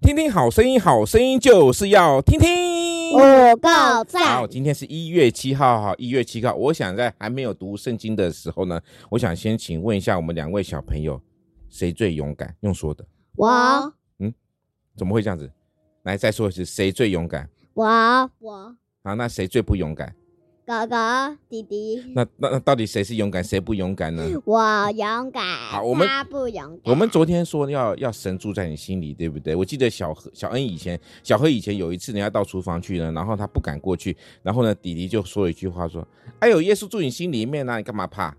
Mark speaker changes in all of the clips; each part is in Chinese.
Speaker 1: 听听好声音，好声音就是要听听。
Speaker 2: 五够
Speaker 1: 好，
Speaker 2: 赞，
Speaker 1: 今天是一月七号哈，一月七号，我想在还没有读圣经的时候呢，我想先请问一下我们两位小朋友，谁最勇敢？用说的，
Speaker 2: 我
Speaker 1: 怎么会这样子？来，再说一次，谁最勇敢？
Speaker 2: 我我
Speaker 1: 好，那谁最不勇敢？
Speaker 2: 哥哥弟弟，
Speaker 1: 那那那到底谁是勇敢，谁不勇敢呢？
Speaker 2: 我勇敢，
Speaker 1: 好我们
Speaker 2: 他不勇敢。
Speaker 1: 我们昨天说要要神住在你心里，对不对？我记得小何小恩以前小何以前有一次呢要到厨房去呢，然后他不敢过去，然后呢弟弟就说了一句话说：“哎呦，耶稣住你心里面啊，你干嘛怕？”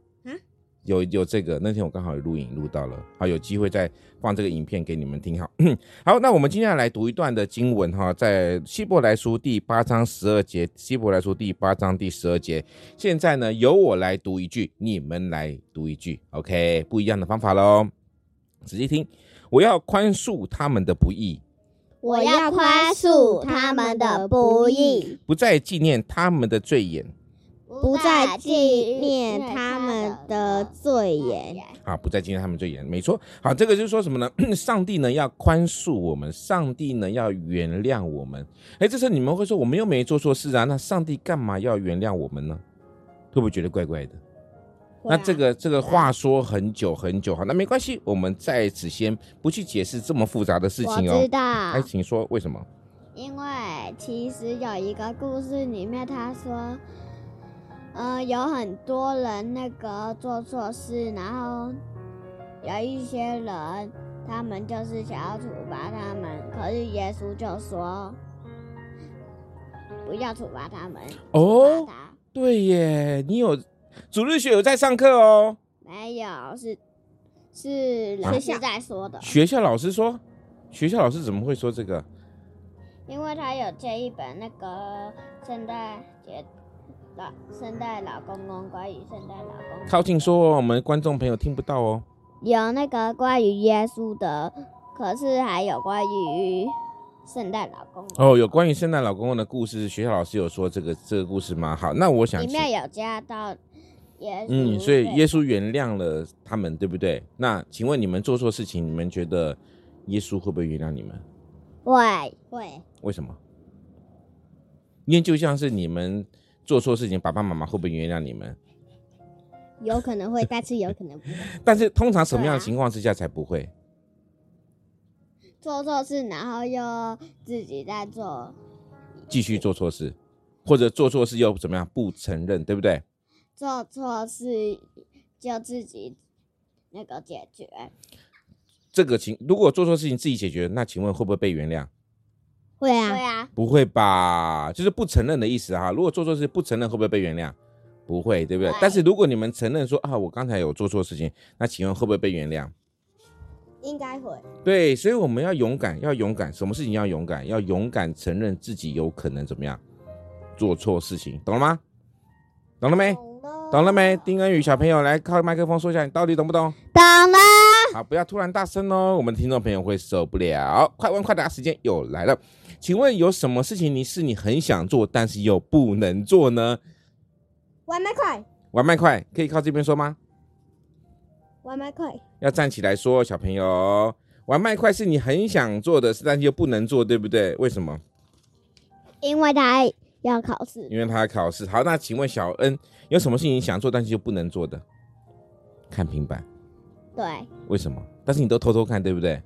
Speaker 1: 有有这个，那天我刚好有录影录到了，好有机会再放这个影片给你们听哈。 好，那我们今天要来读一段的经文哈，在希伯来书第八章十二节，希伯来书第八章第十二节。现在呢，由我来读一句，你们来读一句，OK，不一样的方法喽。仔细听，我要宽恕他们的不义，
Speaker 2: 我要宽恕他们的不义，
Speaker 1: 不再纪念他们的罪眼
Speaker 2: 不再纪念他们的罪言。
Speaker 1: 啊，不再纪念他们罪眼。没错，好，这个就是说什么呢？ 上帝呢要宽恕我们，上帝呢要原谅我们。哎，这时候你们会说，我们又没做错事啊，那上帝干嘛要原谅我们呢？会不会觉得怪怪的？
Speaker 2: 啊
Speaker 1: 那这个这个话说很久很久，好，那没关系，我们在此先不去解释这么复杂的事
Speaker 2: 我
Speaker 1: 情
Speaker 2: 知
Speaker 1: 哦。
Speaker 2: 道
Speaker 1: 哎，，请说为什么？
Speaker 2: 因为其实有一个故事里面，他说，呃，有很多人那个做错事，然后有一些人他们就是想要处罚他们，可是耶稣就说，不要处罚他们。
Speaker 1: 哦
Speaker 2: 处罚他
Speaker 1: 对耶，你有主日学有在上课哦。
Speaker 2: 没有，是是老
Speaker 3: 学
Speaker 2: 师
Speaker 3: 校
Speaker 2: 在说的，
Speaker 1: 学校老师说，学校老师怎么会说这个？
Speaker 2: 因为他有借一本那个圣诞节老圣诞老公公关于圣诞老公公。
Speaker 1: 靠近说哦，我们观众朋友听不到哦。
Speaker 2: 有那个关于耶稣的，可是还有关于圣诞老公公，
Speaker 1: 哦，有关于圣诞老公公的故事，学校老师有说这个这个故事吗？好，那我想
Speaker 2: 里
Speaker 1: 请，
Speaker 2: 面有加到耶稣。
Speaker 1: 嗯，所以耶稣原谅了他们，对不对？那请问你们做错事情，你们觉得耶稣会不会原谅你们？
Speaker 2: 会会
Speaker 1: 为什么？因为就像是你们做错事情，爸爸妈妈会不会原谅你们？
Speaker 2: 有可能会，但是有可能不会。
Speaker 1: 但是通常什么样的
Speaker 2: 对啊
Speaker 1: 情况之下才不会？
Speaker 2: 做错事，然后又自己在做，
Speaker 1: 继续做错事，或者做错事又怎么样不承认，对不对？
Speaker 2: 做错事就自己那个解决，
Speaker 1: 这个情如果做错事情自己解决，那请问会不会被原谅？
Speaker 3: 会
Speaker 2: 对
Speaker 3: 啊，
Speaker 2: 啊，
Speaker 1: 不会吧？就是不承认的意思哈、如果做错事不承认，会不会被原谅？不会，对不对
Speaker 2: 会？
Speaker 1: 但是如果你们承认说啊，我刚才有做错事情，那请问会不会被原谅？
Speaker 2: 应该会。
Speaker 1: 对，所以我们要勇敢，要勇敢，什么事情要勇敢？要勇敢承认自己有可能怎么样做错事情，懂了吗？懂了没？懂了没？丁恩宇小朋友来靠麦克风说一下，你到底懂不懂？
Speaker 2: 懂了。
Speaker 1: 好，不要突然大声哦，我们听众朋友会受不了。快问快答时间又来了，请问有什么事情你是你很想做，但是又不能做呢？
Speaker 3: 外卖快，
Speaker 1: 外卖快可以靠这边说吗？
Speaker 3: 外卖快，
Speaker 1: 要站起来说，小朋友，外卖快是你很想做的事，但是又不能做，对不对？为什么？
Speaker 2: 因为他要考试，
Speaker 1: 因为他要考试。好，那请问小恩有什么事情想做，但是又不能做的？看平板，
Speaker 2: 对
Speaker 1: 为什么？但是你都偷偷看，对不对？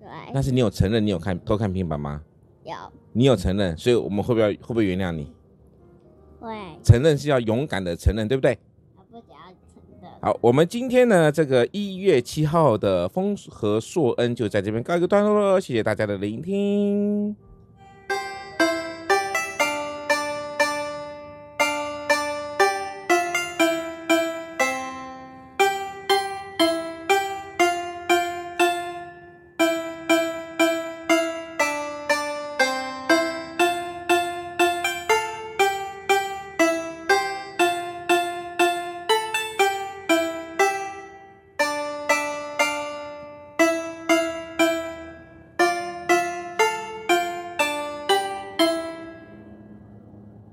Speaker 2: 对，
Speaker 1: 但是你有承认你有看偷看平板吗？
Speaker 2: 有
Speaker 1: 你有承认，所以我们会不会会不会原谅你？
Speaker 2: 会，
Speaker 1: 承认是要勇敢的承认，对不对？
Speaker 2: 他不想要承认。
Speaker 1: 好，我们今天呢，这个一月七号的风和硕恩就在这边告一个段落了，谢谢大家的聆听。